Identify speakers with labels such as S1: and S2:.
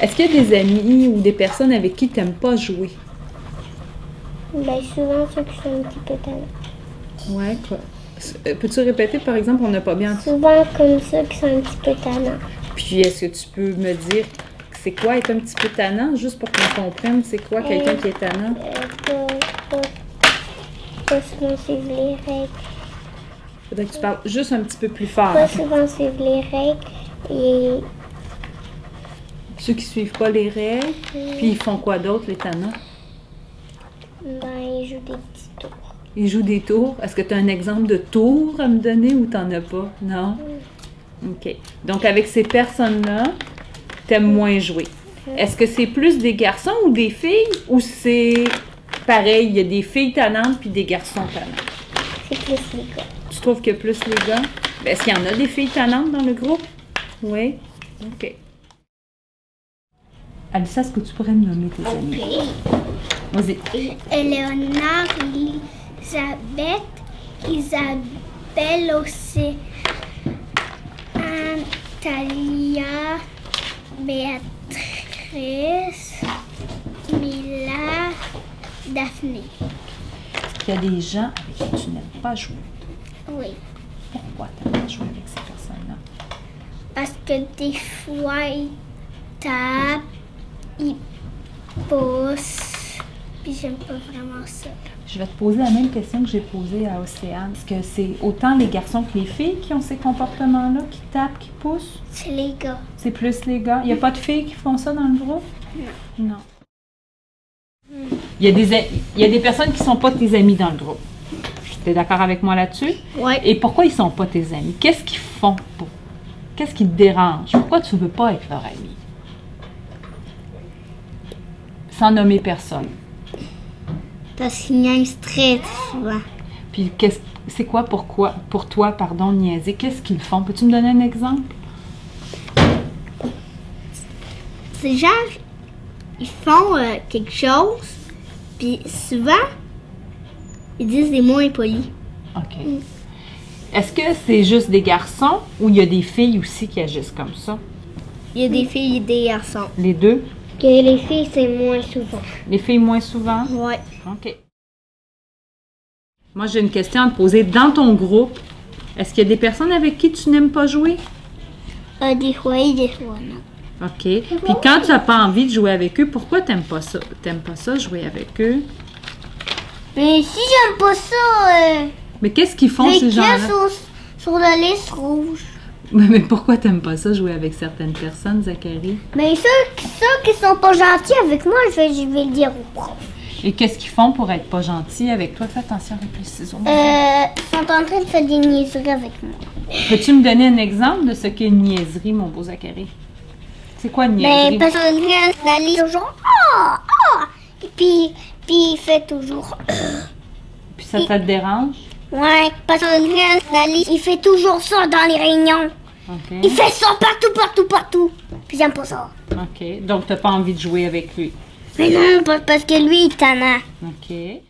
S1: Est-ce qu'il y a des amis ou des personnes avec qui tu n'aimes pas jouer?
S2: Ben, souvent, ceux qui sont un petit peu tannants.
S1: Ouais, quoi. S- euh, Peux-tu répéter, par exemple, on n'a pas bien entendu.
S2: Souvent, comme ceux qui sont un petit peu tannants.
S1: Puis est-ce que tu peux me dire c'est quoi être un petit peu tannant, juste pour qu'on comprenne c'est quoi quelqu'un qui est tannant?
S2: Euh, pas, pas, pas souvent suivre les règles.
S1: Faudrait que tu parles juste un petit peu plus fort.
S2: Pas souvent suivre les règles. Et
S1: Ceux qui suivent pas les règles, puis ils font quoi d'autre, les tannants?
S2: ben, ils jouent des petits tours.
S1: Ils jouent des tours. Est-ce que tu as un exemple de tour à me donner ou t'en as pas? Non? OK. Donc, avec ces personnes-là, t'aimes moins jouer. Est-ce que c'est plus des garçons ou des filles ou c'est pareil, il y a des filles tannantes puis des garçons tannants?
S2: C'est plus les gars.
S1: Tu trouves que plus les gars? Ben, Est-ce qu'il y en a des filles tannantes dans le groupe? Oui? OK. Alissa, est-ce que tu pourrais me nommer tes amis? Vas-y.
S2: Éléonore, Elisabeth, Isabelle aussi, Antalia, Béatrice, Mila, Daphné.
S1: Il y a des gens avec qui tu n'aimes pas jouer.
S2: Oui,
S1: Pourquoi tu n'aimes pas jouer avec ces personnes-là?
S2: parce que des fois, ils tapent, ils poussent, puis j'aime pas vraiment ça.
S1: Je vais te poser la même question que j'ai posée à Océane. Est-ce que c'est autant les garçons que les filles qui ont ces comportements-là, qui tapent, qui poussent?
S2: C'est les gars.
S1: C'est plus les gars. Il n'y a pas de filles qui font ça dans le groupe? Non. Il y, a des, a- il y a des personnes qui ne sont pas tes amis dans le groupe. Tu es d'accord avec moi là-dessus?
S2: Oui.
S1: Et pourquoi ils ne sont pas tes amis? Qu'est-ce qu'ils font? pour- Qu'est-ce qui te dérange? Pourquoi tu ne veux pas être leur ami? Sans nommer personne.
S2: Parce qu'ils niaisent très souvent.
S1: Puis qu'est-ce- c'est quoi pourquoi pour toi pardon niaiser Qu'est-ce qu'ils font Peux-tu me donner un exemple
S2: C'est genre, ils font euh, quelque chose, puis souvent, ils disent des mots impolis.
S1: Ok. Est-ce que c'est juste des garçons ou il y a des filles aussi qui agissent comme ça
S2: Il y a des filles et des garçons.
S1: Les deux
S2: Mm. Que les filles, c'est moins souvent.
S1: Les filles moins souvent
S2: Ouais.
S1: Ok. Moi j'ai une question à te poser dans ton groupe. Est-ce qu'il y a des personnes avec qui tu n'aimes pas jouer
S2: Ah, des fois, oui, des fois, non.
S1: Ok. Puis quand tu n'as pas envie de jouer avec eux, pourquoi t'aimes pas ça T'aimes pas ça jouer avec eux
S2: Mais si j'aime pas ça, euh,
S1: Mais qu'est-ce qu'ils font
S2: mais
S1: ces
S2: qu'il y
S1: gens-là
S2: a sur, sur la liste rouge.
S1: Mais, mais pourquoi t'aimes pas ça jouer avec certaines personnes, Zachary?
S2: Mais ceux, ceux qui sont pas gentils avec moi, je vais, je vais le dire au prof.
S1: Et qu'est-ce qu'ils font pour être pas gentils avec toi? Fais attention avec les ciseaux.
S2: Euh, ils sont en train de faire des niaiseries avec moi.
S1: Peux-tu me donner un exemple de ce qu'est une niaiserie, mon beau Zachary? C'est quoi une niaiserie?
S2: Mais Ben, parce que rien n'allait toujours. Ah! Ah! Et puis, puis il fait toujours. euh,
S1: Puis ça, ça te dérange?
S2: Ouais, parce que rien n'allait. Il fait toujours ça dans les réunions. Il
S1: OK.
S2: fait ça partout, partout, partout. Puis j'aime pas ça.
S1: OK. Donc, t'as pas envie de jouer avec lui.
S2: Mais non, pa- parce que lui, il est tannant.
S1: OK.